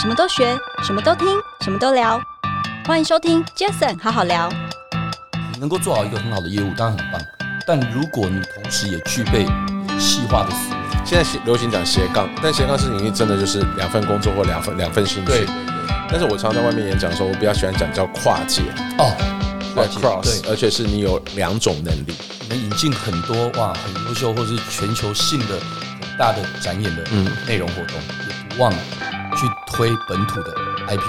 什么都学，什么都听，什么都聊。欢迎收听 Jason 好好聊。你能够做好一个很好的业务，当然很棒。但如果你同时也具备细化的思维，现在斜流行讲斜杠，但斜杠是你真的就是两份工作或两份两份兴趣。但是我常常在外面演讲的时候，我比较喜欢讲叫跨界哦，对跨界，cross，对，而且是你有两种能力。你能引进很多哇很优秀或是全球性的很大的展演的嗯内容活动，也不忘去推本土的 IP，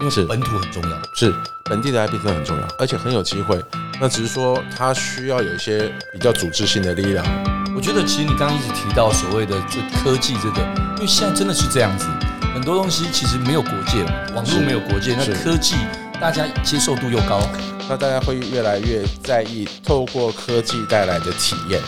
因是为本土很重要。是本地的 IP 真的很重要，而且很有机会。那只是说它需要有一些比较组织性的力量。我觉得其实你刚刚一直提到所谓的这科技这个，因为现在真的是这样子，很多东西其实没有国界了嘛，网络是没有国界，那是科技大家接受度又高，那大家会越来越在意透过科技带来的体验。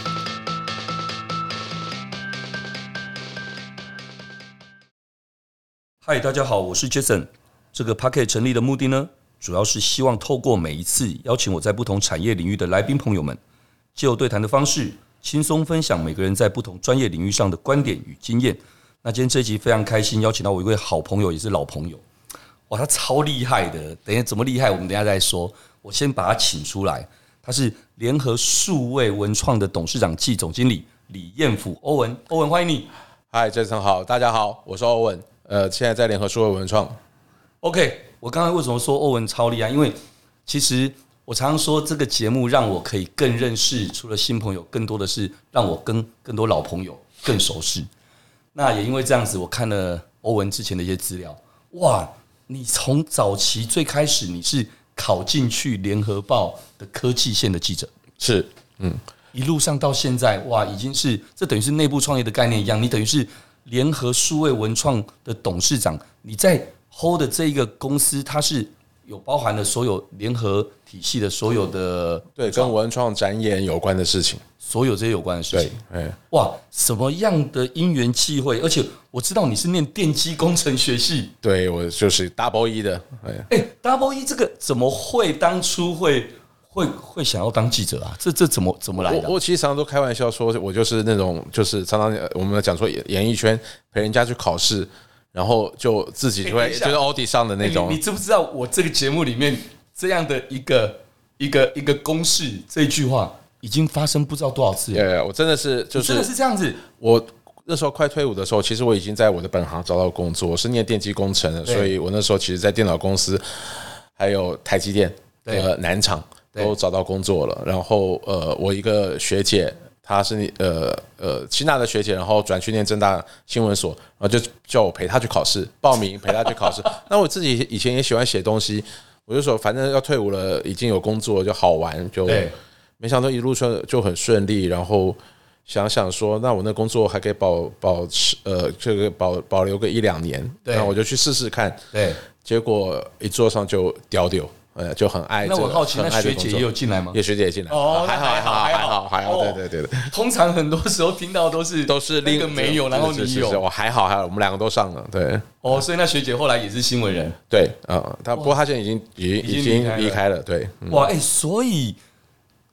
嗨，大家好，我是 Jason。这个 Pocket 成立的目的呢，主要是希望透过每一次邀请我在不同产业领域的来宾朋友们，借由对谈的方式，轻松分享每个人在不同专业领域上的观点与经验。那今天这一集非常开心，邀请到我一位好朋友，也是老朋友，哇，他超厉害的。等一下怎么厉害，我们等一下再说。我先把他请出来，他是联合数位文创的董事长暨总经理李彦甫欧文，欧文欢迎你。嗨，郑成好，大家好，我是欧文。呃，现在在联合数位文创， OK，我刚才为什么说欧文超厉害？因为其实我常常说这个节目让我可以更认识除了新朋友，更多的是让我跟更多老朋友更熟识。那也因为这样子，我看了欧文之前的一些资料，哇，你从早期最开始你是考进去联合报的科技线的记者，是一路上到现在，哇，已经是这等于是内部创业的概念一样，你等于是联合数位文创的董事长，你在 hold 的这一个公司，它是有包含了所有联合体系的所有的对跟文创展演有关的事情。所有这些有关的事对情。，哎，哇，什么样的因缘际会？而且我知道你是念电机工程学系，对我就是 double E 的，哎，哎、d o u b l e E 这个怎么会当初会会会想要当记者啊？这这怎么怎么来的我啊？我其实常常都开玩笑说，我就是那种就是常常呃我们讲说演演艺圈陪人家去考试，然后就自己就哎会等一下就是奥迪上的那种哎你你。知不知道我这个节目里面这样的一个一个一个公式这一句话已经发生不知道多少次了？呃，我真的是就真是的是这样子，我那时候快退伍的时候，其实我已经在我的本行找到工作，我是念电机工程的，对所以我那时候其实，在电脑公司还有台积电对呃南厂对都找到工作了。然后呃，我一个学姐。她是呃呃清大的学姐，然后转去念正大新闻所，然后就叫我陪她去考试，报名陪她去考 试。那我自己以前也喜欢写东西，我就说反正要退伍了，已经有工作就好玩，就对没想到一路顺就很顺利，然后想想说，那我那工作还可以保保持呃这个保保留个一两年，对那我就去试试看。对。结果一坐上就屌屌，呃，就很爱、这那个。我好奇，很那爱这学个工姐作也有，进来吗？也学姐也进来，哦那还好还好还还好好还好，哦对对对对，通常很多时候听到都是都是那另个没有，然后是你是是是有我还好还好，我们两个都上了，对哦，所以那学姐后来也是新闻人对啊，他不过他现在已经已经已经离开已经了离开了，对，嗯哇，哎，所以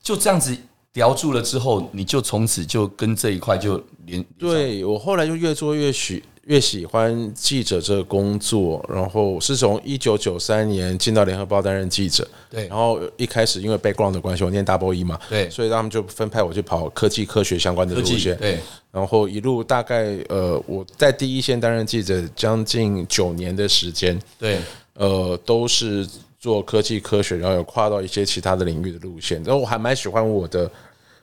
就这样子聊住了之后，你就从此就跟这一块就连对我后来就越做越喜越喜欢记者这个工作，然后是从一九九三年进到联合报担任记者，对然后一开始因为 background 的关系，我念 double E 嘛，对所以他们就分派我去跑科技科学相关的科路技线，对然后一路大概呃我在第一线担任记者将近九年的时间，对呃，都是做科技科学，然后有跨到一些其他的领域的路线。然后我还蛮喜欢我的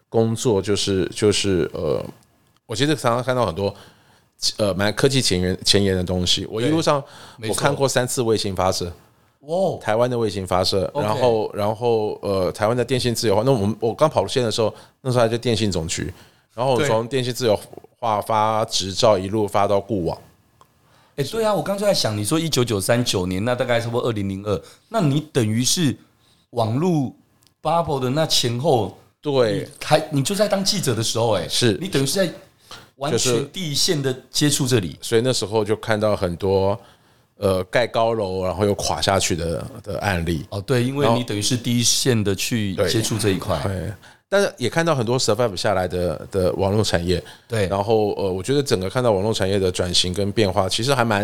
工作，就是就是呃，我其实常常看到很多呃蛮科技前沿前沿的东西。我一路上没我错看过三次卫星发射，哇，哦台湾的卫星发射， OK 然后然后呃，台湾的电信自由化。那我们我刚跑路线的时候，那时候还在电信总局，然后我对从电信自由化发执照一路发到固网。哎、对啊，我刚才在想，你说一九九三九年，那大概差不多二零零二，那你等于是网络 bubble 的那前后，对，还你就在当记者的时候、哎，是你等于是在完就是全第一线的接触这里，所以那时候就看到很多呃盖高楼然后又垮下去的的案例，哦，对，因为然后你等于是第一线的去对接触这一块，对，哎但是也看到很多 survive 下来的的网络产业，对，然后呃，我觉得整个看到网络产业的转型跟变化，其实还蛮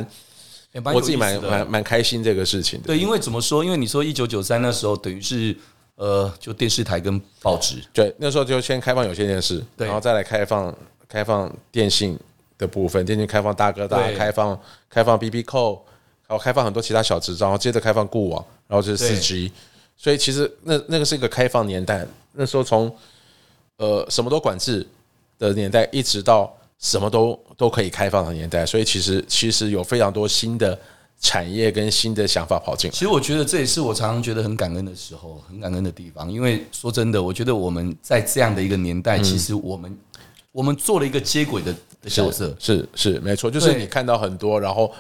也哎蛮有我自己意蛮思的蛮蛮开心这个事情的。对，因为怎么说？因为你说一九九三那时候等于是呃，就电视台跟报纸，对，那时候就先开放有线电视，对然后再来开放开放电信的部分，电信开放大哥大，对开放开放 B B 扣，然后开放很多其他小执照，然后接着开放固网，然后就是对四 G，所以其实那那个是一个开放年代，那时候从呃什么都管制的年代，一直到什么都都可以开放的年代，所以其实其实有非常多新的产业跟新的想法跑进来其。实我觉得这也是我常常觉得很感恩的时候，很感恩的地方。因为说真的，我觉得我们在这样的一个年代，其实我们我们做了一个接轨的的角色。是是没错，就是对你看到很多，然后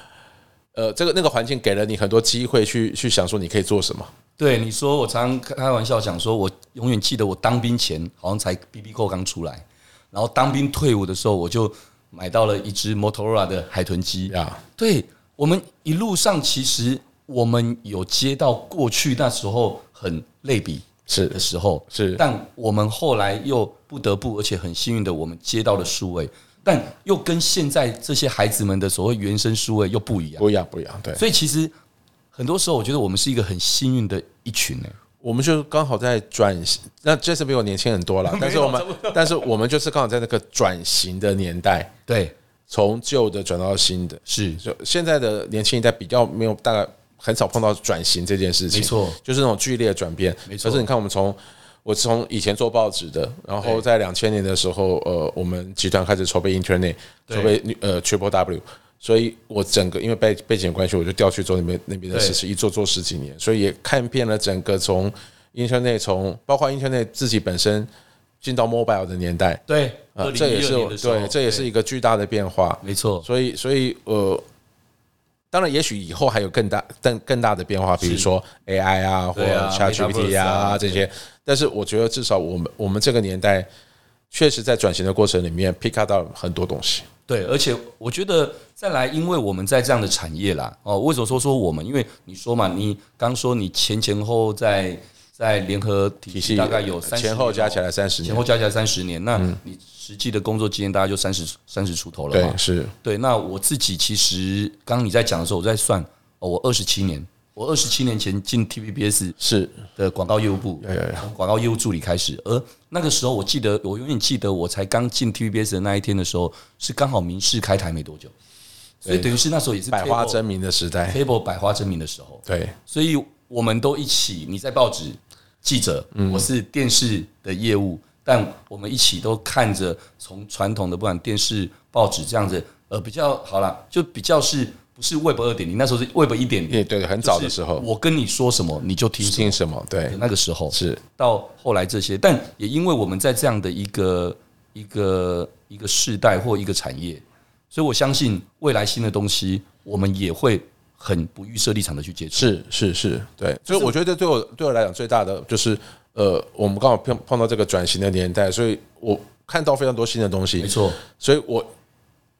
呃，这个那个环境给了你很多机会去去想说你可以做什么。对你说，我常常开玩笑讲说，我永远记得我当兵前好像才 B B 扣刚出来，然后当兵退伍的时候，我就买到了一只 Motorola 的海豚机呀对我们一路上，其实我们有接到过去那时候很类比是的时候，是但我们后来又不得不，而且很幸运的，我们接到了数位，但又跟现在这些孩子们的所谓原生数位又不一样。不一样，不一样。对，所以其实很多时候，我觉得我们是一个很幸运的一群呢、我们就刚好在转型。那 Jason 比我年轻很多了，但是我们但是我们就是刚好在那个转型的年代，对，从旧的转到新的。是就现在的年轻一代比较没有，大概很少碰到转型这件事情，没错就是那种剧烈的转变。没错可是你看，我们从我从以前做报纸的，然后对在两千年的时候，呃，我们集团开始筹备 Internet，对筹备呃 Triple W。所以，我整个因为背背景的关系，我就调去做那边那边的对事情，一做做十几年，所以也看遍了整个从 Internet 从包括 Internet 自己本身进到 Mobile 的年代，对，2012呃，这也是年的时候对，这也是一个巨大的变化。没错，所以，所以呃，当然，也许以后还有更大、更更大的变化，比如说 AI 啊，或对啊 ChatGPT 啊 Metaverse 啊这些。但是，我觉得至少我们我们这个年代，确实在转型的过程里面 pick up 到很多东西。对，而且我觉得再来，因为我们在这样的产业啦，哦，为什么说说我们？因为你说嘛，你刚说你前前后后在在联合体体系系大概有三前后加起来三十前年，后加起来三十年，那嗯你实际的工作经验大概就三十三十出头了嘛对，？是对，那我自己其实刚刚你在讲的时候，我在算哦，我二十七年，我二十七年前进 TVBS 是的广告业务部有有有，从广告业务助理开始。而那个时候，我记得我永远记得，我才刚进 TVBS 的那一天的时候，是刚好民视开台没多久，所以等于是那时候也是百花 cable- 争鸣的时代。 cable 百花争鸣的时候，对，所以我们都一起，你在报纸记者，嗯我是电视的业务，但我们一起都看着从传统的不管电视、报纸这样子，呃，比较好啦，就比较是不是 Web 二点零，那时候是 Web 一点也零，对，很早的时候我跟你说什么你就听什么听什么？对，那个时候，是到后来这些，但也因为我们在这样的一个一个一个世代或一个产业，所以我相信未来新的东西，我们也会很不预设立场的去接触。是是是，对，所以我觉得对我对我来讲最大的就是，呃，我们刚好碰碰到这个转型的年代，所以我看到非常多新的东西，没错，所以我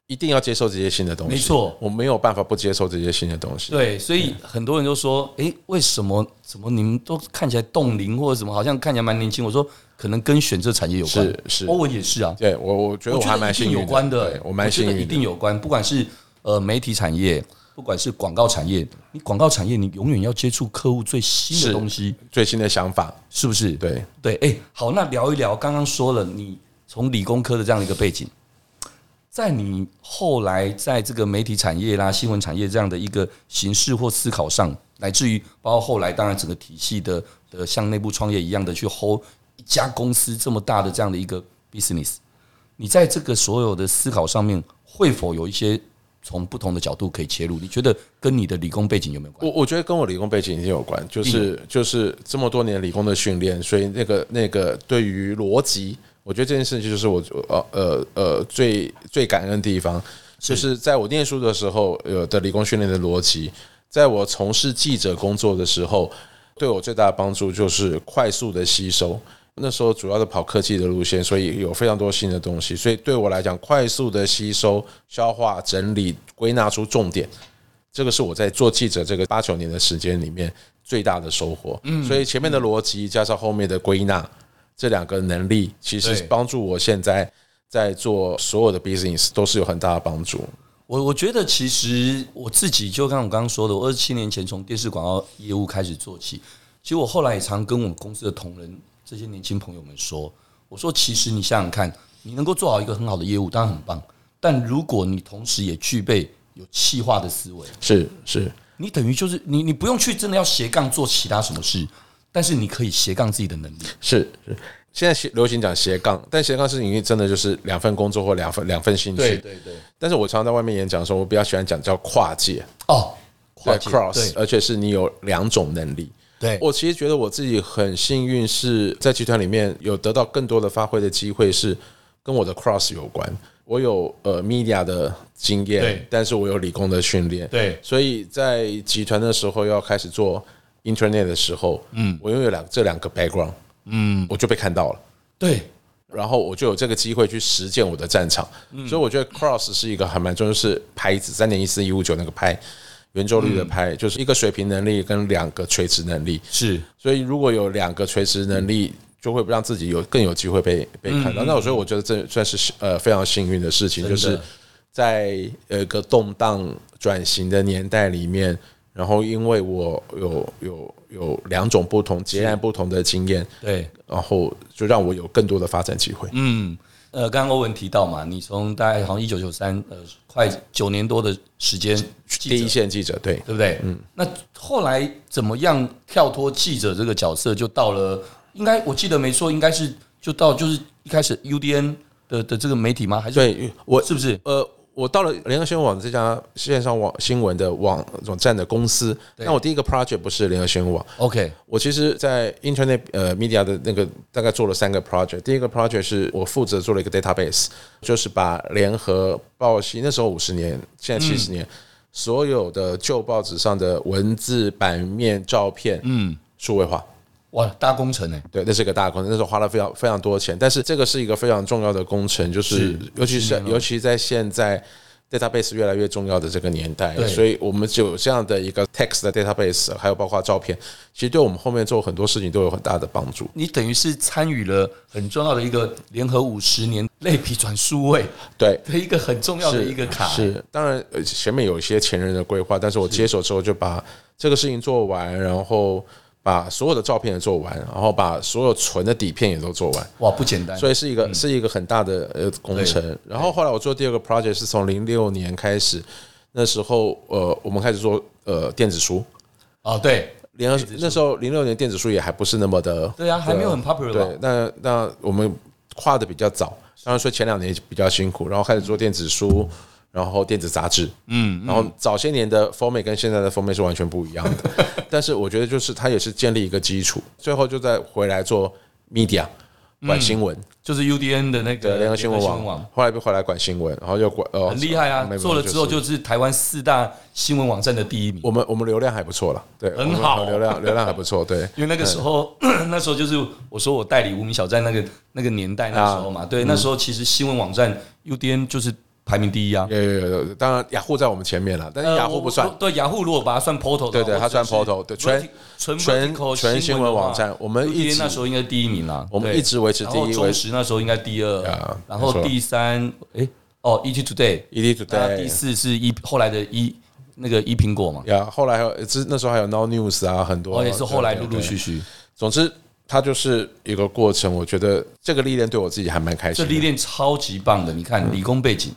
一定要接受这些新的东西，没错我没有办法不接受这些新的东西，对，所以很多人都说，诶，为什么怎么你们都看起来冻龄或者什么，好像看起来蛮年轻？我说可能跟选这产业有关，是是欧文也是啊，对我我觉得我还蛮一幸定运有关的，对我蛮幸觉得一运定的，有关，不管是呃媒体产业，不管是广告产业，你广告产业你永远要接触客户最新的是东西，最新的想法，是不是？对，对，哎、好，那聊一聊，刚刚说了，你从理工科的这样的一个背景，在你后来在这个媒体产业啦、新闻产业这样的一个形式或思考上，乃至于包括后来当然整个体系的的像内部创业一样的去 hold 一家公司这么大的这样的一个 business，你在这个所有的思考上面，会否有一些从不同的角度可以切入？你觉得跟你的理工背景有没有关系？我我觉得跟我理工背景一定有关，就是、就是这么多年理工的训练，所以那个那个对于逻辑，我觉得这件事情就是我呃呃呃最最感恩的地方，就是在我念书的时候有的理工训练的逻辑，在我从事记者工作的时候，对我最大的帮助就是快速的吸收。那时候主要是跑科技的路线，所以有非常多新的东西，所以对我来讲，快速的吸收、消化、整理、归纳出重点，这个是我在做记者这个八九年的时间里面最大的收获。嗯，所以前面的逻辑加上后面的归纳，这两个能力其实对帮助我现在在做所有的 business 都是有很大的帮助。我我觉得其实我自己就像我刚刚说的，我二十七年前从电视广告业务开始做起。其实我后来也常跟我们公司的同仁、这些年轻朋友们说，我说其实你想想看，你能够做好一个很好的业务，当然很棒。但如果你同时也具备有企划的思维，是是，你等于就是你你不用去真的要斜杠做其他什么事，但是你可以斜杠自己的能力。是是，现在斜流行讲斜杠，但斜杠是你真的就是两份工作或两份两份兴趣。对对，但是我常常在外面演讲的时候，我比较喜欢讲叫跨界，哦，跨对界 cross，对而且是你有两种能力。对，我其实觉得我自己很幸运，是在集团里面有得到更多的发挥的机会，是跟我的 cross 有关。我有呃 media 的经验对，但是我有理工的训练，对所以在集团的时候要开始做 internet 的时候，嗯，我拥有两这两个 background，嗯，我就被看到了。对然后我就有这个机会去实践我的战场。嗯所以我觉得 cross 是一个还蛮重要，就是拍子三点一四一五九那个拍，圆周嗯率的拍，就是一个水平能力跟两个垂直能力。是，所以如果有两个垂直能力，就会让自己有更有机会被被看到。那我所以我觉得这算是呃非常幸运的事情，嗯真就的是在呃一个动荡转型的年代里面，然后因为我有有有两种不同截然不同的经验，对。然后就让我有更多的发展机会。嗯，呃，刚刚欧文提到嘛，你从大概好像一九九三，呃，快九年多的时间，记第一者线记者，对，对不对？嗯，那后来怎么样跳脱记者这个角色，就到了，应该我记得没错，应该是就到就是一开始 UDN 的的这个媒体吗？还是对我是不是？呃，我到了联合新闻网这家线上网新闻的网总站的公司，对那我第一个 project 不是联合新闻网， OK，我其实，在 internet 呃 media 的那个大概做了三个 project，第一个 project 是我负责做了一个 database，就是把联合报系那时候五十年，现在七十嗯年。所有的旧报纸上的文字、版面、照片，嗯，数位化，哇，大工程哎、对，那是一个大工程，那时候花了非常非常多的钱，但是这个是一个非常重要的工程，就是是尤其是尤其在现在 database 越来越重要的这个年代，对所以我们就有这样的一个 text 的 database，还有包括照片，其实对我们后面做很多事情都有很大的帮助。你等于是参与了很重要的一个联合五十年类比转数位对，的一个很重要的是一个卡、欸是，当然呃前面有一些前人的规划，但是我接手之后就把这个事情做完，然后把所有的照片也做完，然后把所有存的底片也都做完。哇，不简单，所以是一嗯个、是一个很大的呃工程。然后后来我做第二个 project 是从零六年开始，那时候呃我们开始做呃电子书，哦对联合电子书那时候零六年电子书也还不是那么的对啊，还没有很 popular 吧对，那那我们跨的比较早，当然说前两年比较辛苦，然后开始做电子书。然后电子杂志，嗯，然后早些年的封面跟现在的封面是完全不一样 的，但是我觉得就是它也是建立一个基础，最后就再回来做 media 嗯管新闻，就是 UDN 的那个对，联合新闻联网，后来又回来管新闻，然后又管哦，很厉害啊没！有做了之后就是就是台湾四大新闻网站的第一名我。们我们流量还不错了，对，很我们好流量流量还不错，对，因为那个时候， 那时候就是我说我代理无名小站那个那个年代啊那时候嘛，嗯对，那时候其实新闻网站 UDN 就是排名第一啊。有有有有，当然雅虎在我们前面了，但是呃雅虎不算我，对，雅虎如果把它算 portal，的话对对或者它算是 portal，对纯 verti- 纯纯 vertical 纯新闻的话网站我们一 UDN 直那时候应该第一名啦，我们对一直维持然第一后位中时那时候应该第啊二，然没后错第三，诶，哦，ET Today， ED 那第 Today，四是一后来的一那个一苹果嘛，呀，后来还有之那时候还有 Now News 啊，很多，哦，也是后来陆陆续续，续。总之它就是一个过程，我觉得这个历练对我自己还蛮开这心历的。练超级棒的。你嗯看，理工背景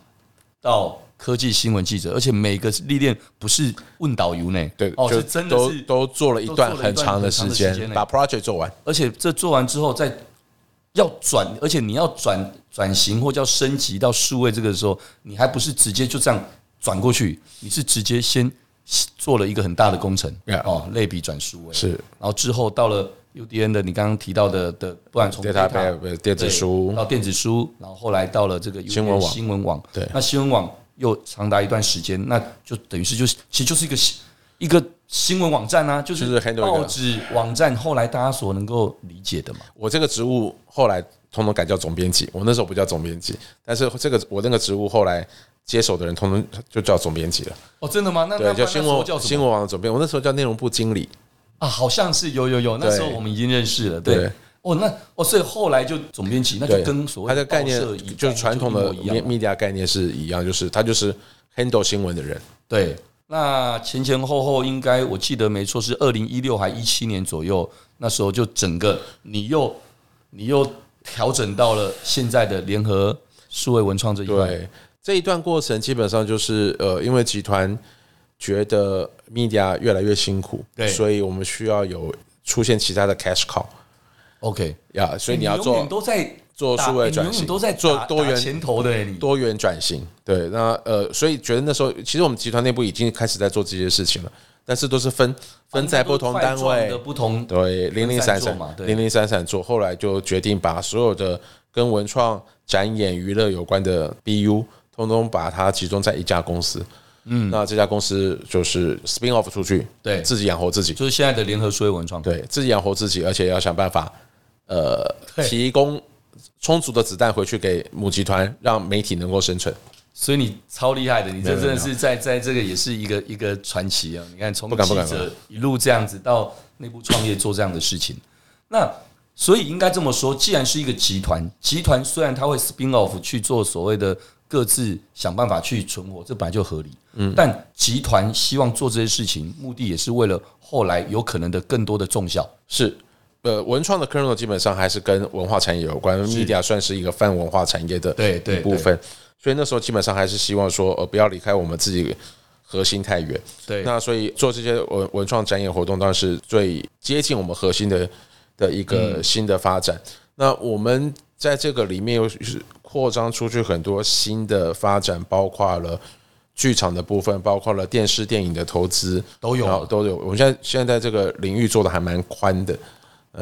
到科技新闻记者，而且每个历练不是问导游呢，对，哦，就是真的都是，都做了一都段做了一很段长的很长时的时间间，嘞把 project 做完，而且这做完之后再要转，而且你要转转型或叫升级到数位这个时候，你还不是直接就这样转过去，你是直接先做了一个很大的工程 Yeah 哦，类比转数位，是然后之后到了 UDN 的你刚刚提到的的，不管从 data data- pad 电子对书，到电子书，然后后来到了这个 UDN 新闻网新闻网，对那新闻网又长达一段时间，那就等于是就是其实就是一个新一个新闻网站啊，就就是是 handle 一个报纸网站，后来大家所能够理解的嘛，我这个职务后来通通改叫总编辑，我那时候不叫总编辑，但是这个我那个职务后来接手的人通通就叫总编辑了，哦，真的吗？那对，那叫那新时候闻叫什新么闻网的总编，我那时候叫内容部经理，啊？好像是有有有，那时候对我们已经认识了，对对。哦，那哦，所以后来就总编辑，那就对，跟所谓它的概报念社一样就是传统的就一模一样 media 概念是一样，就是他就是 handle 新闻的人，对，那前前后后应该我记得没错是二零一六还一七年左右，那时候就整个你又你又调整到了现在的联合数位文创这一块。对，这一段过程基本上就是呃，因为集团觉得 media 越来越辛苦，对所以我们需要有出现其他的 cash cow ，OK，呀，所以哎你要永做远都在做打数位你转永型，远都在做打多打元前头的欸你。多元转型。对，那呃，所以觉得那时候其实我们集团内部已经开始在做这些事情了，但是都是分分在不同单反正都是块状位的，不同对，零零散做散嘛，对零零散散做，后来就决定把所有的跟文创、展演、娱乐有关的 BU，通通把它集中在一家公司。嗯，那这家公司就是 spin off 出去，对自己养活自己，就是现在的联合数位文创。对自己养活自己，而且要想办法，呃，对提供充足的子弹回去给母集团，让媒体能够生存。所以你超厉害的，你这没有真的是在在这个也是一个一个传奇啊！你看从不敢不记敢不者一路这样子到内部创业做这样的事情，那所以应该这么说，既然是一个集团，集团虽然它会 spin off 去做所谓的各自想办法去存活，这本来就合理，嗯，但集团希望做这些事情，目的也是为了后来有可能的更多的重效，是，呃，文创的 kernel 基本上还是跟文化产业有关，media 算是一个泛文化产业的对对一部分，所以那时候基本上还是希望说，呃，不要离开我们自己核心太远。对那所以做这些文文创展演活动，当然是最接近我们核心的的一个嗯新的发展。那我们在这个里面又是扩张出去很多新的发展，包括了。剧场的部分包括了电视、电影的投资，都有啊然后都有。我们现在现在这个领域做的还蛮宽的，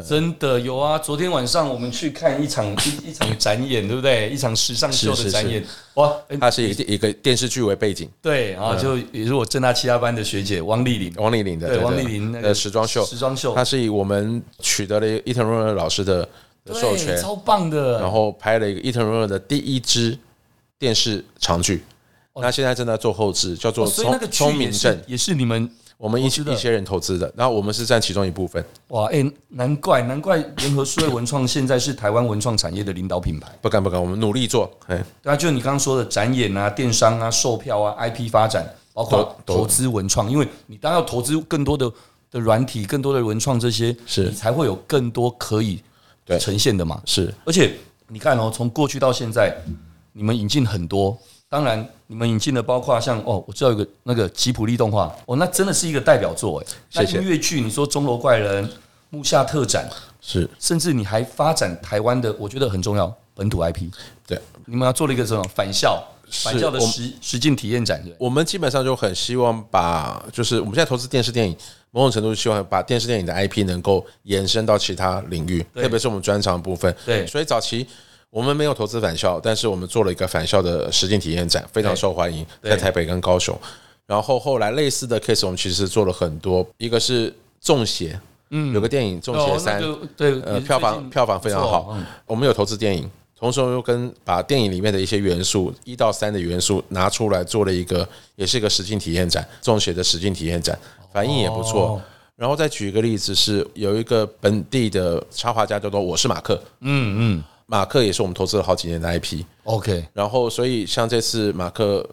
真的有啊！昨天晚上我们去看一场一一场展演，对不对？一场时尚秀的是是展是演，哇！哎它是以一个电视剧为背景，对嗯啊，就也是我正大七大班的学姐汪丽玲，王丽玲的对汪丽玲那的个嗯时装秀，时装秀它，是以我们取得了伊藤润二老师的的对授权，超棒的。然后拍了一个伊藤润二的第一支电视长剧。那现在正在做后置，叫做哦所以那聪个聪剧明也症是，也是你们我们一投资的一些人投资的，然后我们是占其中一部分，哇哎，难怪难怪联合数位文创现在是台湾文创产业的领导品牌。不敢不敢，我们努力做，哎，对啊，就你刚刚说的展演啊、电商啊、售票啊、IP 发展，包括都都投资文创，因为你当然要投资更多的的软体、更多的文创这些，是你才会有更多可以对呈现的嘛。是而且你看哦，从过去到现在，你们引进很多，当然你们引进的包括像哦，我知道有个那个吉普力动画，哦，那真的是一个代表作哎。那谢谢音乐剧，你说《钟楼怪人》、《木下特展》，是，甚至你还发展台湾的，我觉得很重要本土 IP。对，你们要做了一个什么返校返校的我们实实境体验展，对不对我们基本上就很希望把，就是我们现在投资电视电影，某种程度是希望把电视电影的 IP 能够延伸到其他领域，对特别是我们专长的部分。对所以早期我们没有投资返校，但是我们做了一个返校的实景体验展，非常受欢迎，对在台北跟高雄。然后后来类似的 case，我们其实做了很多，一个是《中邪》，嗯，有个电影《中邪哦三那》，就对，呃，也是最票房近票房非常不错好。嗯我们有投资电影，同时又跟把电影里面的一些元素一到三的元素拿出来做了一个，也是一个实境体验展，中学的实境体验展，反应也不错。哦然后再举一个例子是，有一个本地的插画家叫做我是马克，嗯嗯马克也是我们投资了好几年的 IP。 ，OK，然后，所以像这次马克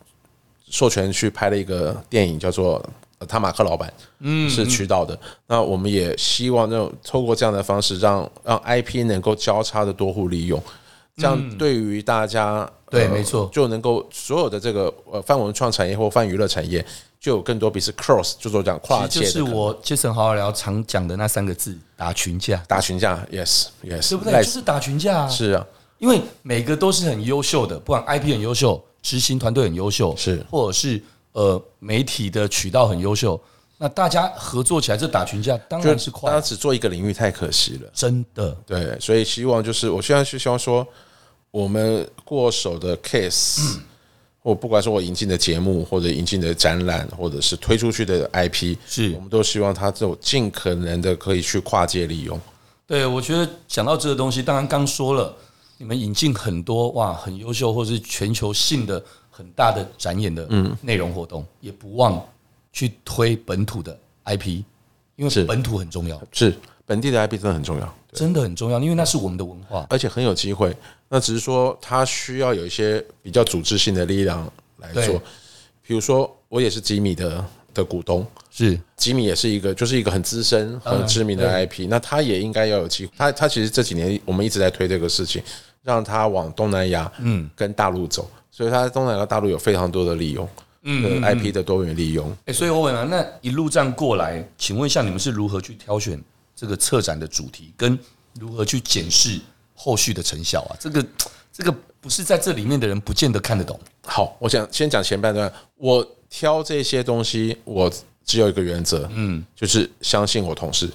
授权去拍了一个电影，叫做呃《他马克老板》，嗯，是渠道的。那我们也希望这种透过这样的方式让，让 IP 能够交叉的多户利用，这样对于大嗯家、呃对没错就能够所有的这个呃泛文创产业或泛娱乐产业，就有更多彼此 cross，就是讲跨其界实就是的可能我 Jason 好好聊常讲的那三个字：打群架，打群架，yes yes，对不对？ nice，就是打群架、啊，是啊，因为每个都是很优秀的，不管 IP 很优秀，执行团队很优秀，是或者是呃媒体的渠道很优秀，那大家合作起来这打群架当然是就大快家，只做一个领域太可惜了。真的对，所以希望就是，我现在是希望说，我们过手的 case，、或不管是我引进的节目，或者引进的展览，或者是推出去的 IP，是我们都希望它这种尽可能的可以去跨界利用。对，我觉得讲到这个东西，当然刚说了，你们引进很多哇，很优秀或是全球性的很大的展演的内容活动，也不忘去推本土的 IP，因为是本土很重要。是本地的 IP 真的很重要，真的很重要，因为那是我们的文化。而且很有机会。那只是说，它需要有一些比较组织性的力量来对做。比如说，我也是吉米的的股东，是吉米也是一个，就是一个很资深、当然很知名的 IP，那他也应该要有机会。他他其实这几年我们一直在推这个事情，让他往东南亚，嗯，跟大陆走，所以他在东南亚、大陆有非常多的利用，嗯，IP 的多元利用。哎、所以欧文啊，那一路这样过来，请问一下，你们是如何去挑选这个策展的主题，跟如何去检视后续的成效啊？这个这个不是在这里面的人不见得看得懂。好，我想先讲前半段，我挑这些东西，我只有一个原则，嗯，就是相信我同事。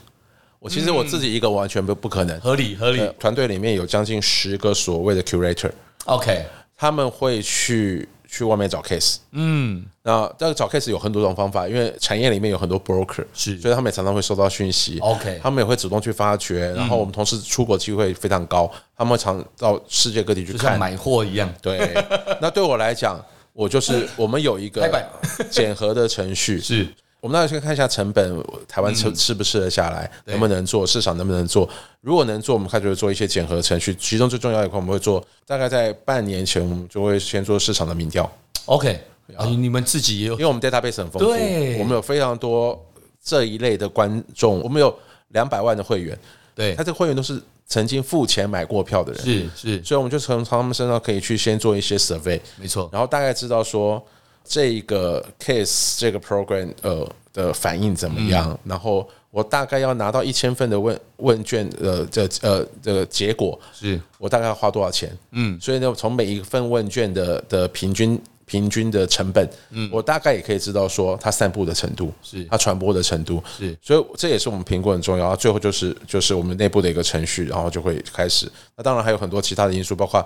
我其实我自己一个完全不不可能。合理合理呃团队里面有将近十个所谓的 curator， ，OK，他们会去去外面找 case，嗯，那这个找 case 有很多种方法，因为产业里面有很多 broker，是所以他们也常常会收到讯息 OK 他们也会主动去发掘，然后我们同事出国机会非常高，他们会常到世界各地去就像看，买货一样，对，那对我来讲，我就是我们有一拍个板检核的程 序，是我们那先看一下成本，台湾吃吃不吃得下来，嗯对能不能做，市场能不能做？如果能做，我们开始会做一些检核程序，其中最重要的一块我们会做，大概在半年前我们就会先做市场的 民调， OK 啊，你们自己也有因为我们 database 很丰富，对我们有非常多这一类的观众，我们有两百万的会员，对他，这个会员都是曾经付钱买过票的人，是是，所以我们就从从他们身上可以去先做一些 survey，没错，然后大概知道说这一个 case 这个 program 呃的反应怎么样，然后我大概要拿到一千份的问问卷呃这呃这个结果，是我大概要花多少钱？嗯，所以呢，从每一份问卷的的平均。平均的成本，嗯，我大概也可以知道说它散布的程度，是它传播的程度，是所以这也是我们评估很重要。啊最后就是就是我们内部的一个程序，然后就会开始。那当然还有很多其他的因素，包括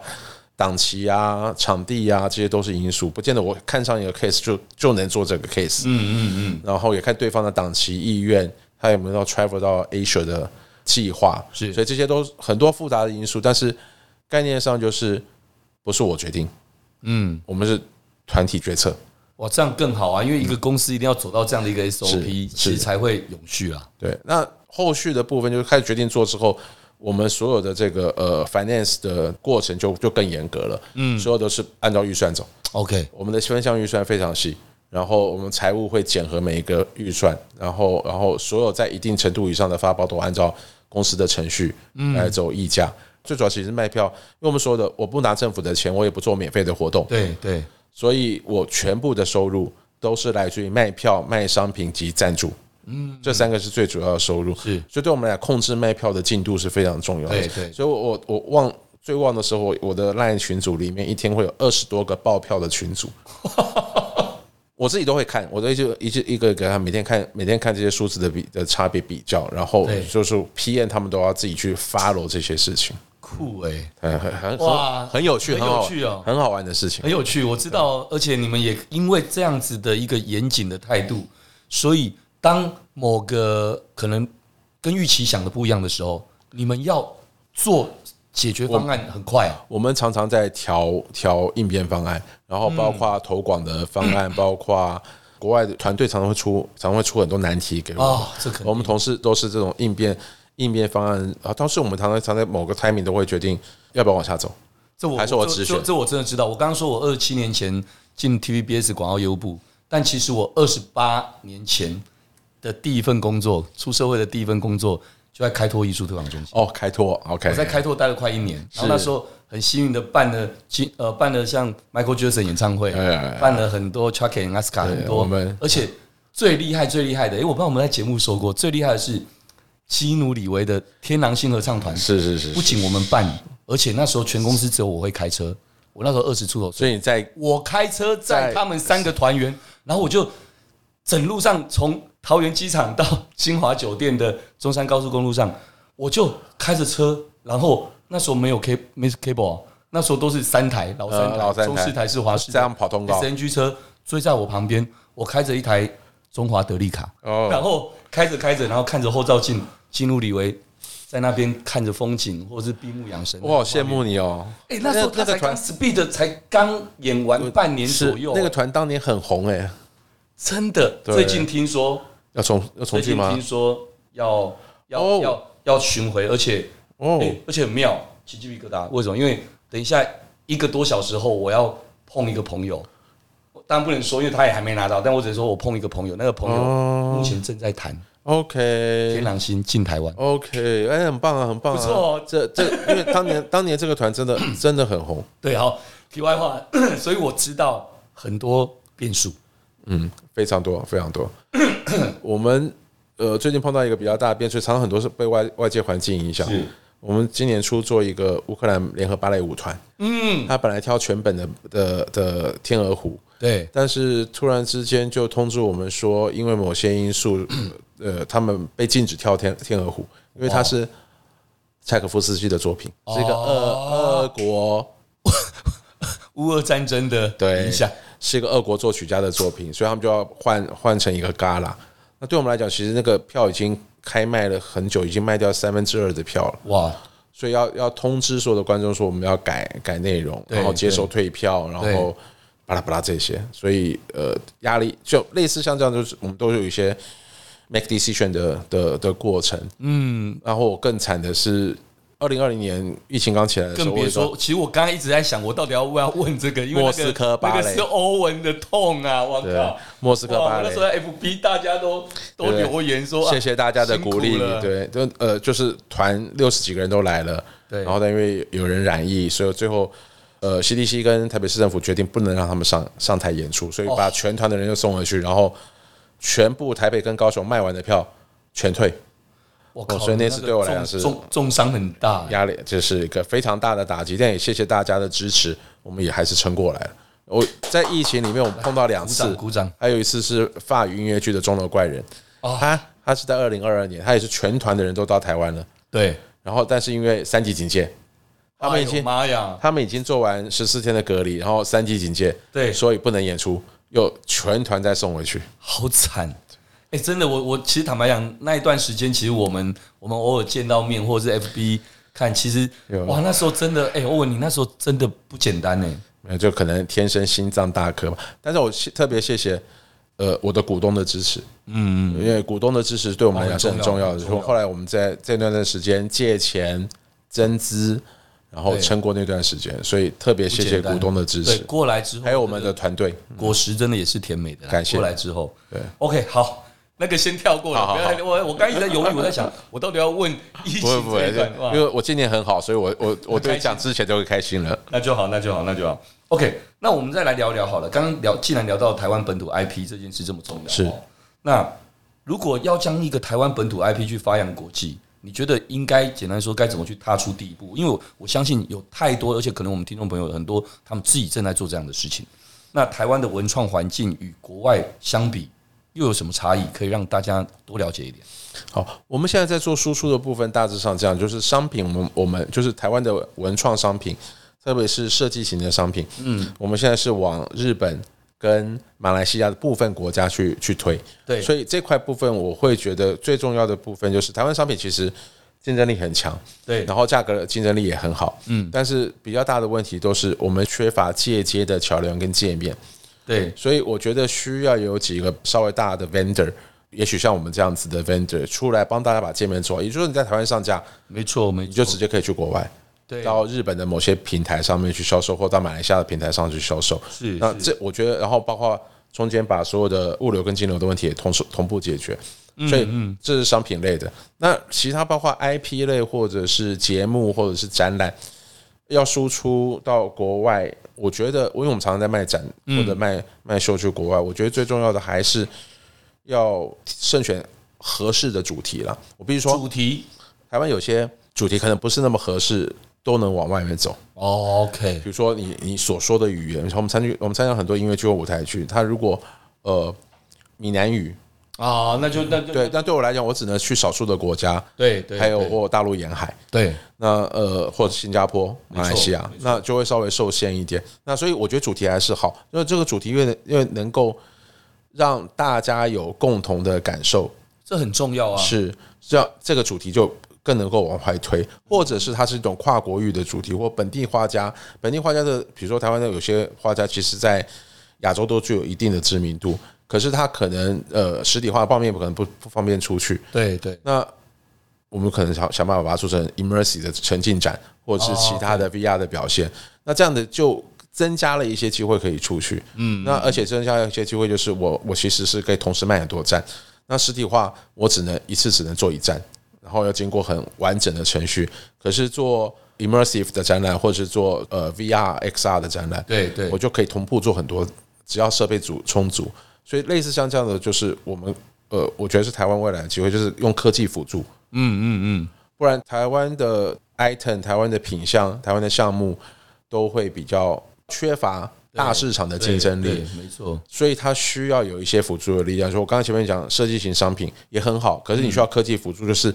档期啊、场地啊，这些都是因素。不见得我看上一个 case 就就能做这个 case。嗯嗯嗯。然后也看对方的档期意愿，他有没有要 travel 到 Asia 的计划。是所以这些都是很多复杂的因素，但是概念上就是不是我决定，嗯，我们是团体决策。哇，这样更好啊，因为一个公司一定要走到这样的一个 SOP，是其实是才会永续啊。对，那后续的部分就是开始决定做之后，我们所有的这个呃 finance 的过程就就更严格了，嗯，所有都是按照预算走， OK，我们的分项预算非常细，然后我们财务会检核每一个预算，然后然后所有在一定程度以上的发包都按照公司的程序来走议价。最主要其实是卖票，因为我们说的，我不拿政府的钱，我也不做免费的活动，对对，所以我全部的收入都是来自于卖票、卖商品及赞助。嗯，这三个是最主要的收入。是所以对我们来控制卖票的进度是非常重要的。对对所以我我我忘最旺的时候，我的 LINE 群组里面一天会有二十多个爆票的群组。 我自己都会看，我都一直一直一个给他每天看，每天看这些数字的比的差别比较，然后对就是 PM 他们都要自己去 follow 这些事情，酷哎、很很很哇很有趣，很有好趣哦很好玩的事情。很有趣，我知道，而且你们也因为这样子的一个严谨的态度，所以当某个可能跟预期想的不一样的时候，你们要做解决方案很快啊。我们常常在调调应变方案，然后包嗯括投广的方 案，包括国外的团队常常会出，常常会出很多难题给我们。哦，这可我们同事都是这种应变应变方案啊，当时我们常常常在某个 timing 都会决定要不要往下走。这我还是我这直这选这我真的知道。我刚刚说我二十七年前进 TVBS 广告业务部，但其实我二十八年前的第一份工作，出社会的第一份工作就在开拓艺术推广中心。哦，开拓，OK，我在开拓待了快一年，然后那时候很幸运的办了今呃办了像 Michael Jackson 演唱会哎哎，办了很多 Chuck and Aska 很我多们，而且最厉害最厉害的，诶，我不知道我们在节目说过，最厉害的是基努里维的天狼星合唱团，是是是不仅我们办，而且那时候全公司只有我会开车，我那时候二十出头岁，所以你在我开车载在他们三个团员，然后我就整路上从桃园机场到 新华酒店的中山高速公路上，我就开着车，然后那时候没有 K 没 cable，、啊、那时候都是三台老三台、呃老三台中式台是华式这样跑通告 SNG 车追在我旁边，我开着一台中华德利卡，然哦，后开着开着，然后看着后照镜，进入李维。在那边看着风景，或者是闭目养神。我好羡慕你哦。哎、那时候他那才个刚团 Speed 才刚演完半年左右，那个团当年很红哎，真的，对最近听说，要重要最重聚近吗听？说要要、哦要要巡回，而且哦，欸而且很妙，起鸡皮疙瘩。为什么？因为等一下一个多小时后，我要碰一个朋友，我当然不能说，因为他也还没拿到，但我只能说我碰一个朋友，那个朋友哦目前正在谈 OK，天狼星进台湾。 OK，哎，很棒啊，很棒、啊，不错哦这这，因为当年当年这个团真的真的很红，对，好，题外话， 所以我知道很多变数。嗯，非常多非 常多。我们呃最近碰到一个比较大的变数，常常很多是被外外界环境影响是。我们今年初做一个乌克兰联合芭蕾舞团，嗯，他本来跳全本的的的天鹅湖，对，但是突然之间就通知我们说，因为某些因素，呃，他们被禁止跳天天鹅湖，哦因为它是柴可夫斯基的作品，是一个哦俄俄国乌俄战争的对影响，是一个俄国作曲家的作品，所以他们就要换换成一个旮旯。那对我们来讲，其实那个票已经开卖了很久，已经卖掉三分之二的票了，哇，所以要要通知所有的观众说我们要改改内容，对然后接受退票，然后巴拉巴拉这些。所以呃，压力就类似像这样，就是我们都有一些 make decision 的的的过程。嗯，然后我更惨的是。二零二零年疫情刚起来的时候，更我有别一个说，其实我刚刚一直在想，我到底要不要问这个，因为那莫个斯科芭那蕾个是欧文的痛啊！我对靠，莫斯科哇芭我那蕾时候在 FB 大家都都对留言说，啊谢谢大家的鼓励辛苦了，对，就呃，就是团六十几个人都来了，对然后但因为有人染疫，所以最后呃，CDC 跟台北市政府决定不能让他们上上台演出，所以把全团的人又送回去，然后全部台北跟高雄卖完的票全退，我靠，哦所以那次个对我重来讲是重重伤很大。压力这是一个非常大的打击，但也谢谢大家的支持，我们也还是撑过来了。我在疫情里面，我碰到两鼓次掌，鼓掌还有一次是法语音乐剧的《钟楼怪人》，哦他他是在二零二二年，他也是全团的人都到台湾了。对，然后但是因为三级警戒，他们已哎呦经、妈呀，他们已经做完十四天的隔离，然后三级警戒，对所以不能演出，又全团再送回去。好惨！哎，真的，我我其实坦白讲，那一段时间，其实我们我们偶尔见到面，或者是 FB 看，其实有哇，那时候真的，哎，欧文，你那时候真的不简单呢。呃，就可能天生心脏大颗吧。但是我谢特别谢谢呃我的股东的支持，嗯，因为股东的支持对我们来讲是很重要哦很的。重要从后来我们在这段的时间借钱增资，然后对撑过那段时间，所以特别谢不谢简单股东的支对，持，过来之后，还有我们的团队。果实真的也是甜美的啦。感谢过来之后，对，OK，好，那个先跳过了。好好不要我我刚一直在犹豫，我在想，我到底要问疫情不会不这会一段，哇因为我今年很好，所以我我我开对心讲之前就会开心了。那就好，那就好，那就好。OK，那我们再来聊一聊好了。刚刚聊，既然聊到台湾本土 IP 这件事这么重要，是哦那如果要将一个台湾本土 IP 去发扬国际，你觉得应该简单说该怎么去踏出第一步？因为我我相信有太多，而且可能我们听众朋友很多，他们自己正在做这样的事情。那台湾的文创环境与国外相比，又有什么差异？可以让大家多了解一点。好，我们现在在做输出的部分，大致上这样，就是商品，我们我们就是台湾的文创商品，特别是设计型的商品，嗯，我们现在是往日本跟马来西亚的部分国家去去推，对所以这块部分我会觉得最重要的部分就是台湾商品其实竞争力很强，对然后价格竞争力也很好，嗯，但是比较大的问题都是我们缺乏借接的桥梁跟界面，对，所以我觉得需要有几个稍微大的 vendor，也许像我们这样子的 vendor 出来帮大家把界面做好，也就是你在台湾上架，没错，没你错就，直接可以去国外，对到日本的某些平台上面去销售，或到马来西亚的平台上去销售。是那是这我觉得，然后包括中间把所有的物流跟金流的问题也同时同步解决。嗯所以这是商品类的，那其他包括 IP 类或者是节目或者是展览，要输出到国外，我觉得，因为我们常常在卖展嗯或者卖卖秀去国外，我觉得最重要的还是要慎选合适的主题啦。我必须说，主题。台湾有些主题可能不是那么合适，都能往外面走。哦 OK，比如说你你所说的语言，我们参与我们参加很多音乐剧或舞台剧，它如果呃闽南语，啊，那就那就对，但对我来讲，我只能去少数的国家，对对，还有对或大陆沿海，对那呃或者新加坡、马来西亚没，那就会稍微受限一点。那所以我觉得主题还是好，因为这个主题越越能够让大家有共同的感受，这很重要啊。是这样，这个主题就更能够往外推，或者是它是一种跨国域的主题，或本地画家，本地画家的，比如说台湾的有些画家，其实在亚洲都具有一定的知名度，可是他可能呃实体化方面可能不不方便出去，对对那我们可能想想办法把它做成 immersive 的沉浸展，或者是其他的 VR 的表现。那这样的就增加了一些机会可以出去。嗯，那而且增加了一些机会，就是我我其实是可以同时卖很多站。那实体化我只能一次只能做一站，然后要经过很完整的程序。可是做 immersive 的展览，或者是做呃 VR、XR 的展览，对对我就可以同步做很多，只要设备足充足。所以类似像这样的，就是我们呃，我觉得是台湾未来的机会，就是用科技辅助。嗯嗯嗯，不然台湾的 item、台湾的品相、台湾的项目都会比较缺乏大市场的竞争对力，，对没错，所以它需要有一些辅助的力量。就我刚刚前面讲，设计型商品也很好，可是你需要科技辅助，就是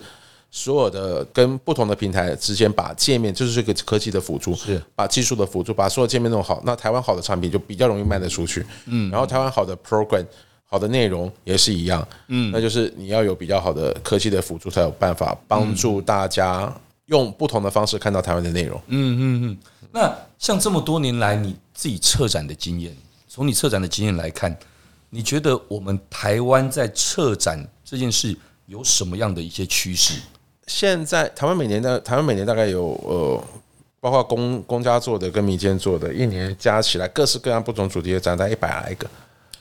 所有的跟不同的平台之间把界面，就是这个科技的辅助，是把技术的辅助，把所有界面弄好，那台湾好的产品就比较容易卖得出去。嗯，然后台湾好的 program。好的内容也是一样，嗯，那就是你要有比较好的科技的辅助，才有办法帮助大家用不同的方式看到台湾的内容。嗯嗯嗯。那像这么多年来你自己策展的经验，从你策展的经验来看，你觉得我们台湾在策展这件事有什么样的一些趋势？现在台湾每年的台湾每年大概有呃，包括公公家做的跟民间做的，一年加起来各式各样不同主题的展览一百来个。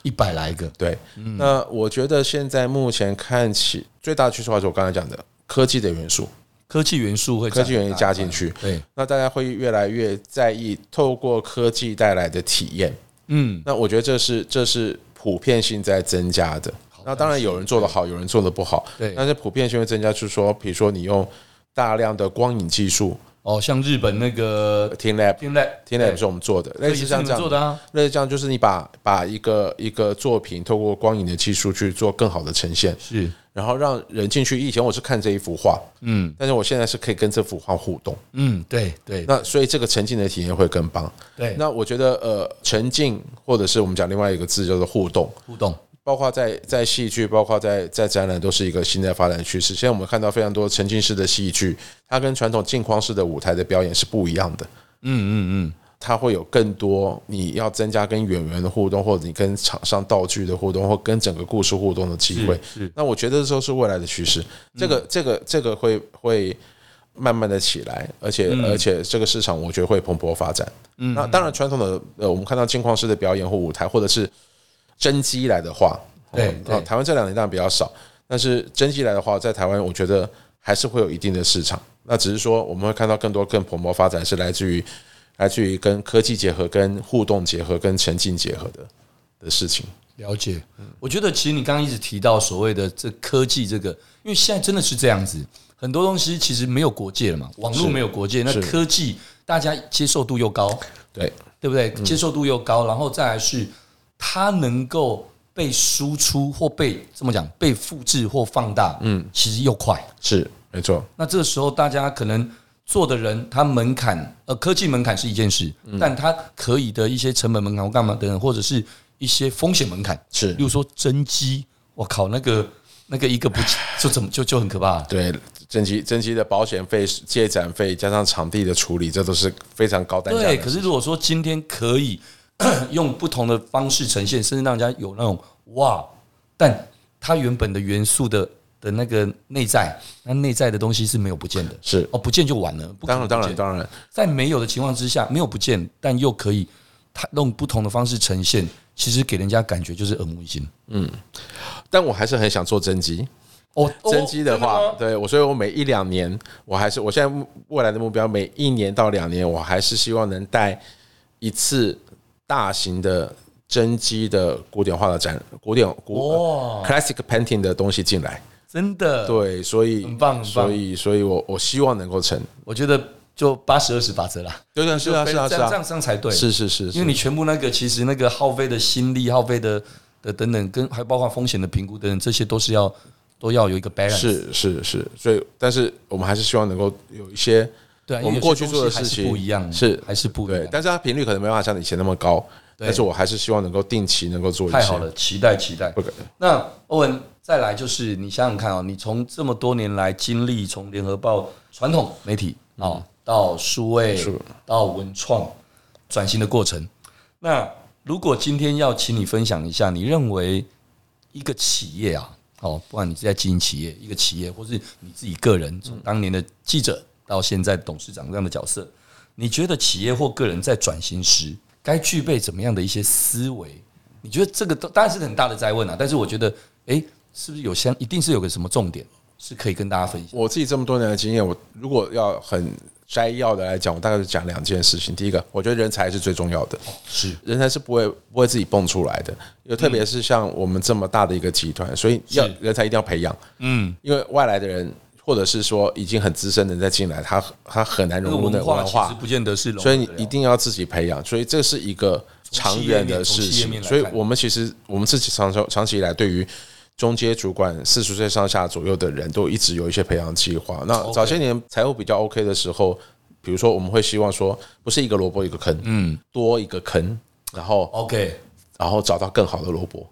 一百来个，对，那我觉得现在目前看起最大的趋势，还是我刚才讲的科技的元素，科技元素会科技元素加去。进去，对，那大家会越来越在意透过科技带来的体验。嗯，那我觉得这是这是普遍性在增加的。那当然有人做得好，有人做得不好，对但是普遍性会增加，就是说，比如说你用大量的光影技术哦，像日本那个 t e a Lab。天籁，天籁也是我们做的，类也似是像你这们样做的啊，类似这样，就是你把把一个一个作品透过光影的技术去做更好的呈现，是，然后让人进去。以前我是看这一幅画，嗯但是我现在是可以跟这幅画互动，嗯，对对那所以这个沉浸的体验会更棒。对，那我觉得呃，沉浸或者是我们讲另外一个字叫做互动，互动，包括在在戏剧，包括在在展览，都是一个新的发展趋势。现在我们看到非常多沉浸式的戏剧，它跟传统镜框式的舞台的表演是不一样的。嗯嗯它会有更多你要增加跟演员的互动，或者你跟厂商道具的互动，或跟整个故事互动的机嗯会。那我觉得这都是未来的趋势，这个这个这个会会慢慢的起来，而且、而且这个市场我觉得会蓬勃发展。嗯，那当然传统的呃，我们看到镜框式的表演或舞台，或者是真机来的话，对哦对哦台湾这两年当然比较少，但是真机来的话，在台湾我觉得还是会有一定的市场。那只是说我们会看到更多更蓬勃发展是来自于来自于跟科技结合、跟互动结合、跟沉浸结合的的事情。了解。嗯我觉得其实你刚刚一直提到所谓的这科技这个，因为现在真的是这样子，很多东西其实没有国界了嘛，网络没有国界，那是科技大家接受度又高，对，对不对？接受度又高，然后再来是它能够被输出或被这么讲被复制或放大，嗯，其实又快。是没错，那这个时候大家可能做的人，他门槛呃科技门槛是一件事，但他可以的一些成本门槛或干嘛等等，或者是一些风险门槛，是例如说真机，我靠那个。那个一个不就怎么就就很可怕，对。真机真机的保险费、借展费加上场地的处理，这都是非常高单价对。的。可是如果说今天可以 用不同的方式呈现，甚至让人家有那种哇，但它原本的元素的的那个内在，那内在的东西是没有不见的，是哦，不见就完了。不可当能不然，当见然，当然，在没有的情况之下，没有不见，但又可以他用不同的方式呈现，其实给人家感觉就是耳目一新。但我还是很想做真机。哦，真机的话，对我，所以我每一两年，我还是我现在目未来的目标，每一年到两年，我还是希望能带一次大型的真机的古典画的展，古典古、呃哇， classic painting 的东西进来。哦真的，对，所以很棒很棒所以所以我我希望能够成，我觉得就八十二十法则啦，对对是啊这是啊是样这啊，样这样才对，是是是，因为你全部那个其实那个耗费的心力、耗费的的等等，跟还包括风险的评估等等，这些都是要都要有一个 balance。，是是是，所以但是我们还是希望能够有一些对啊，我们因为有些过去做东的西还是事情不一样，是还是不一对样，。但是它频率可能没办法像以前那么高，对但是我还是希望能够定期能够做一些。太好了，期待期待。不可那欧文，再来就是你想想看哦，你从这么多年来经历，从联合报传统媒体啊、嗯哦到数位是到文创转型的过程，那如果今天要请你分享一下，你认为一个企业啊，哦，不管你是在经营企业、一个企业，或是你自己个人，从当年的记者到现在董事长这样的角色，你觉得企业或个人在转型时该具备怎么样的一些思维？你觉得这个都当然是很大的灾问啊，但是我觉得，诶，是不是有相一定是有个什么重点是可以跟大家分享？我自己这么多年的经验，我如果要很摘要的来讲，我大概就讲两件事情。第一个，我觉得人才是最重要的，是人才是不会不会自己蹦出来的，又特别是像我们这么大的一个集团，所以要是人才一定要培养，嗯，因为外来的人或者是说已经很资深的人再进来，他他很难这个融入那文个化文其实化，不见得是融合所以得了，你一定要自己培养，所以这是一个长远的事哦啊从企业面从企业面情。来看所以我们其实我们自己长久长期以来对于中阶主管四十岁上下左右的人都一直有一些培养计划。那 OK 早些年财务比较 OK 的时候，比如说我们会希望说，不是一个萝卜一个坑，嗯，多一个坑，然后 OK 然后找到更好的萝卜，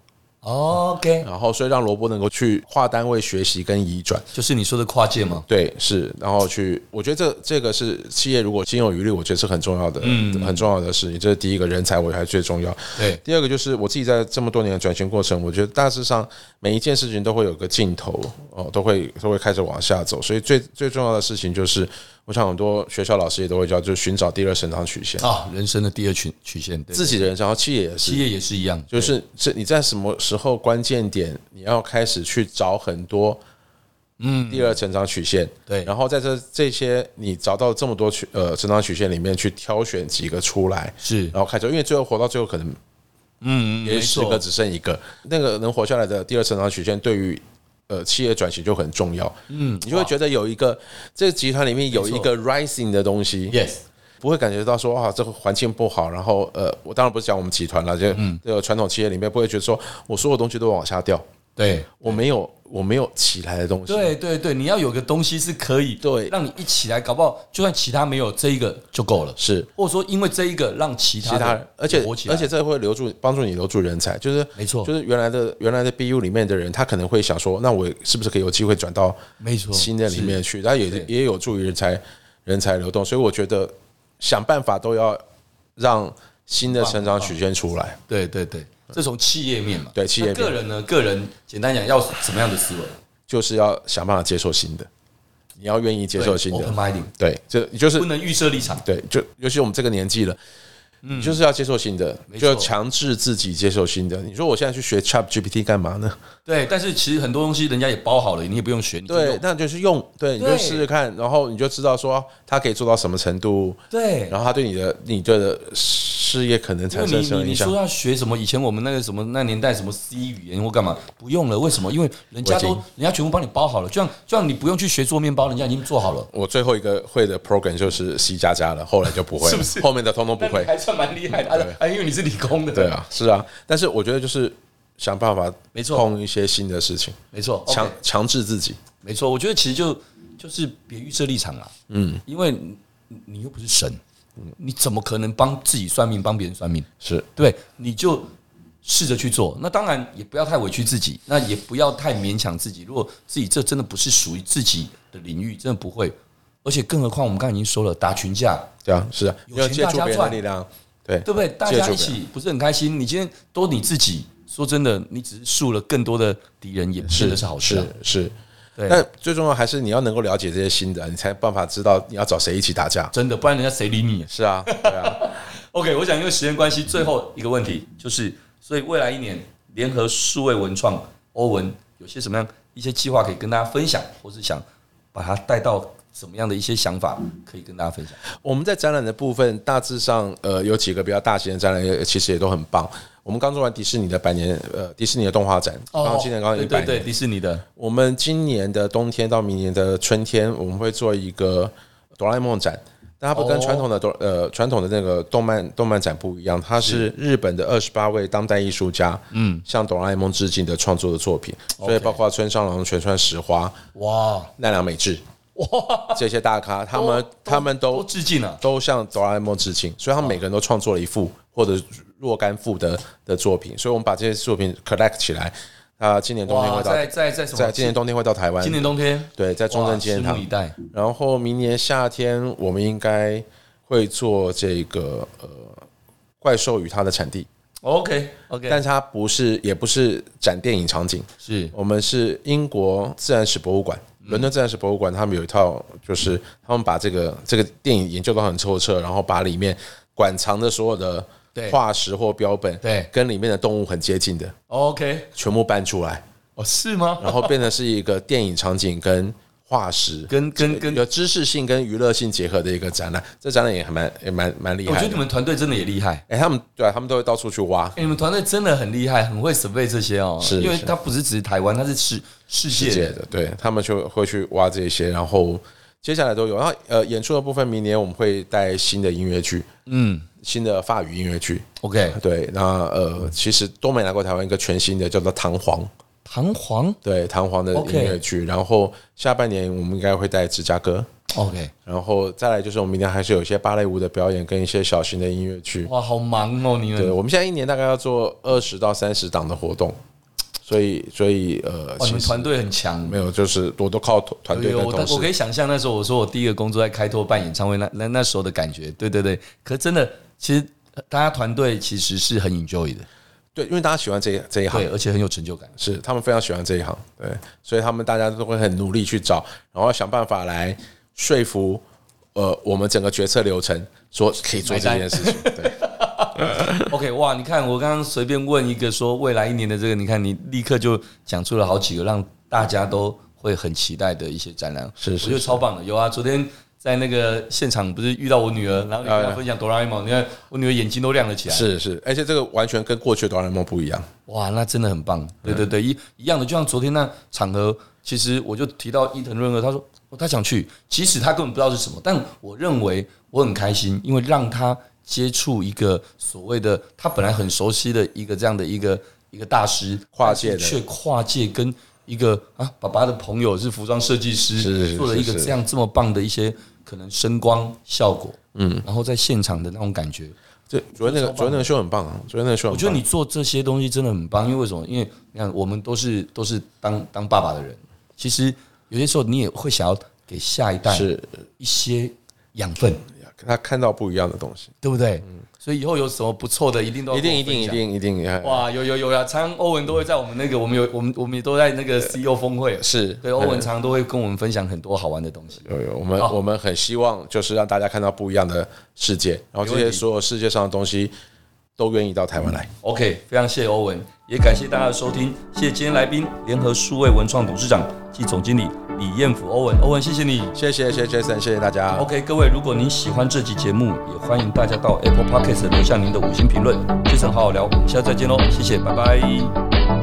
OK，然后所以让萝卜能够去跨单位学习跟移转。就是你说的跨界嘛，对，是，然后去，我觉得这这个是企业如果心有余力，我觉得是很重要的，嗯很重要的事情。这是第一个，人才我觉得还最重要。对，第二个就是我自己在这么多年的转型过程，我觉得大致上每一件事情都会有个尽头哦，都会都会开始往下走。所以最最重要的事情就是，我想很多学校老师也都会教，就是寻找第二成长曲线，啊，人生的第二曲曲线，对自己的人生，然后企业也是企，业也是一样，就对是是你在什么时候关键点，你要开始去找很多。嗯，第二成长曲线，对然后在这这些你找到这么多曲呃成长曲线里面去挑选几个出来，是，然后开始，因为最后活到最后可能嗯，也没许十错个，只剩一个，那个能活下来的第二成长曲线，对于呃企业转型就很重要。嗯，你就会觉得有一个这个集团里面有一个 rising 的东西 Yes，不会感觉到说啊这个环境不好，然后呃，我当然不是讲我们集团了，就嗯这个传统企业里面不会觉得说我所有东西都往下掉，对，我没有我没有起来的东西。对对对，你要有个东西是可以对让你一起来，搞不好就算其他没有这一个就够了，是或者说因为这一个让其他其他人的，而且活起来而且这会留住帮助你留住人才，就是没错就是原来的原来的 BU 里面的人，他可能会想说，那我是不是可以有机会转到没错新的里面去，它也对也有助于人才人才流动，所以我觉得想办法都要让新的成长曲线出来。对对对，这从企业面嘛，对企业那面个人呢，个人简单讲要什么样的思维？就是要想办法接受新的，你要愿意接受新 o p e n 的， minding，对，这就是不能预设立场，对，就尤其我们这个年纪了。你就是要接受新的，嗯没就错要强制自己接受新的。你说我现在去学 Chat GPT 干嘛呢？对，但是其实很多东西人家也包好了，你也不用学，你就对用，那就是用，对，你就对试试看，然后你就知道说它可以做到什么程度，对，然后它对你的你的事业可能因为产生你什么你影你响说。要学什么？以前我们那个什么那年代什么 C 语言或干嘛，不用了。为什么？因为人家我都已经人家全部帮你包好了，就像就像你不用去学做面包，人家已经做好了。我最后一个会的 program 就是 C 加加了，后来就不会 了，是不是后面的通通不那会你。还算蛮厉害的，啊啊，因为你是理工的，对，啊，是啊，但是我觉得就是想办法，没错碰一些新的事情，没错，强 OK，强制自己。没错。我觉得其实就就是别预设立场啦，嗯，因为你你又不是神，你怎么可能帮自己算命，帮别人算命？是对，你就试着去做。那当然也不要太委屈自己，那也不要太勉强自己。如果自己这真的不是属于自己的领域，真的不会。而且更何况我们刚才已经说了，打群架，对啊，是啊，有你要钱借大助家别人的赚力量。对对不对？大借家助一起不是很开心。你今天多你自己，说真的，你只是树了更多的敌人，也不见得是好事、啊。是是，对，但最重要还是你要能够了解这些新的，你才有办法知道你要找谁一起打架。真的，不然人家谁理你啊？是啊，对啊， OK，我想因为时间关系，最后一个问题就是，所以未来一年联合数位文创欧文有些什么样一些计划可以跟大家分享，或是想把它带到什么样的一些想法可以跟大家分享？我们在展览的部分，大致上呃有几个比较大型的展览，也其实也都很棒。我们刚做完迪士尼的百年，呃，迪士尼的动画展，刚好今年刚好一哦对百对年，对，迪士尼的我们今年的冬天到明年的春天，我们会做一个哆啦 A 梦展，但它不跟哦传统的哆、呃传统的那个动漫动漫展不一样，它是日本的二十八位当代艺术家，嗯，向哆啦 A 梦致敬的创作的作品，所以 OK 包括村上隆、全川石花、哇奈良美智哇这些大咖，他们他们都致敬啊了、都向哆啦 A 梦致敬，所以他们每个人都创作了一幅或者若干幅的的作品，所以我们把这些作品 collect 起来。啊，今年冬天哇，会到，在在在什么？在今年冬天会到台湾，今年冬天，对，在中正纪念哇拭堂目以。待。然后明年夏天我们应该会做这个呃怪兽与它的产地， OK OK，但是它不是，也不是展电影场景，是我们是英国自然史博物馆，嗯伦敦自然史博物馆，他们有一套，就是他们把这个这个电影研究到很透彻，然后把里面馆藏的所有的对化石或标本，对跟里面的动物很接近的， OK 全部搬出 来，哦，是吗？然后变成是一个电影场景跟化石。跟跟跟，有知识性跟娱乐性结合的一个展览，这展览也还蛮也蛮蛮厉我觉害得你的。们团队真的也厉害。哎、他们对、啊，他们都会到处去挖，哎，你们团队真的很厉害，很会 survey 这些哦。是因为是它不是只是台湾，它是世世世界界。的，对他们就会去挖这些，然后接下来都有。然后呃，演出的部分，明年我们会带新的音乐剧，嗯新的法语音乐剧。 ，OK，对，那呃，其实都没来过台湾一个全新的叫做《弹簧》，弹簧对，《弹簧》的 OK 音乐剧。然后下半年我们应该会带芝加哥， OK，然后再来就是我们明年还是有一些芭蕾舞的表演跟一些小型的音乐剧。哇，好忙哦，你对，们。我们现在一年大概要做二十到三十档的活动，所以所以呃，哦哇，你其们实团队很强。没有，就是我都靠团队有跟我同大事我。可以想象那时候我说我第一个工作在开拓办演唱会那那那时候的感觉，对对对。可真的，其实呃大家团队其实是很 enjoy 的，对，因为大家喜欢这一这一行对，，而且很有成就感。是他们非常喜欢这一行，对，所以他们大家都会很努力去找，然后想办法来说服呃我们整个决策流程，说可以做这件事情，对， OK，哇，你看我刚刚随便问一个说未来一年的这个，你看你立刻就讲出了好几个让大家都会很期待的一些展览，是是我觉得超棒的。有啊，昨天。在那个现场不是遇到我女儿，然后你哎跟她分享哆啦 A 梦，你看我女儿眼睛都亮了起来。是是，而且这个完全跟过去的哆啦 A 梦不一样，哇，那真的很嗯棒，对对对，一一样的，就像昨天那场合，其实我就提到伊藤润二，他说、哦、他想去，其实他根本不知道是什么，但我认为我很开心，因为让他接触一个所谓的他本来很熟悉的一个这样的一个一个大师，跨界的但是却跨界跟一个啊爸爸的朋友是服装设计师，是是做了一个是是这样这么棒的一些可能声光效果，嗯，然后在现场的那种感觉，这昨天那个昨天那个秀很棒啊，昨天那个秀很棒，嗯我觉得你做这些东西真的很棒，因为为什么？因为你看，我们都是都是当当爸爸的人，其实有些时候你也会想要给下一代是一些养分，他看到不一样的东西，对不对？所以以后有什么不错的，一定都要一定嗯一跟我定分一享。定一定，哇，哇，有有有呀！常常欧文都会在我们那个，我们有我们我们也都在那个 CEO 峰会，是对欧哦文常常都会跟我们分享很多好玩的东西。有有，我们、好我们很希望就是让大家看到不一样的世界，然后这没些问题所有世界上的东西都愿意到台湾来。 OK，非常谢谢欧文，也感谢大家的收听，谢谢今天来宾联合数位文创董事长暨总经理李彦甫欧文，欧文谢谢你。谢谢谢谢 Jason，谢谢大家。 OK，各位，如果您喜欢这期节目，也欢迎大家到 Apple Podcast 留下您的五星评论。非常好好聊，我们下次再见喽，谢谢，拜拜。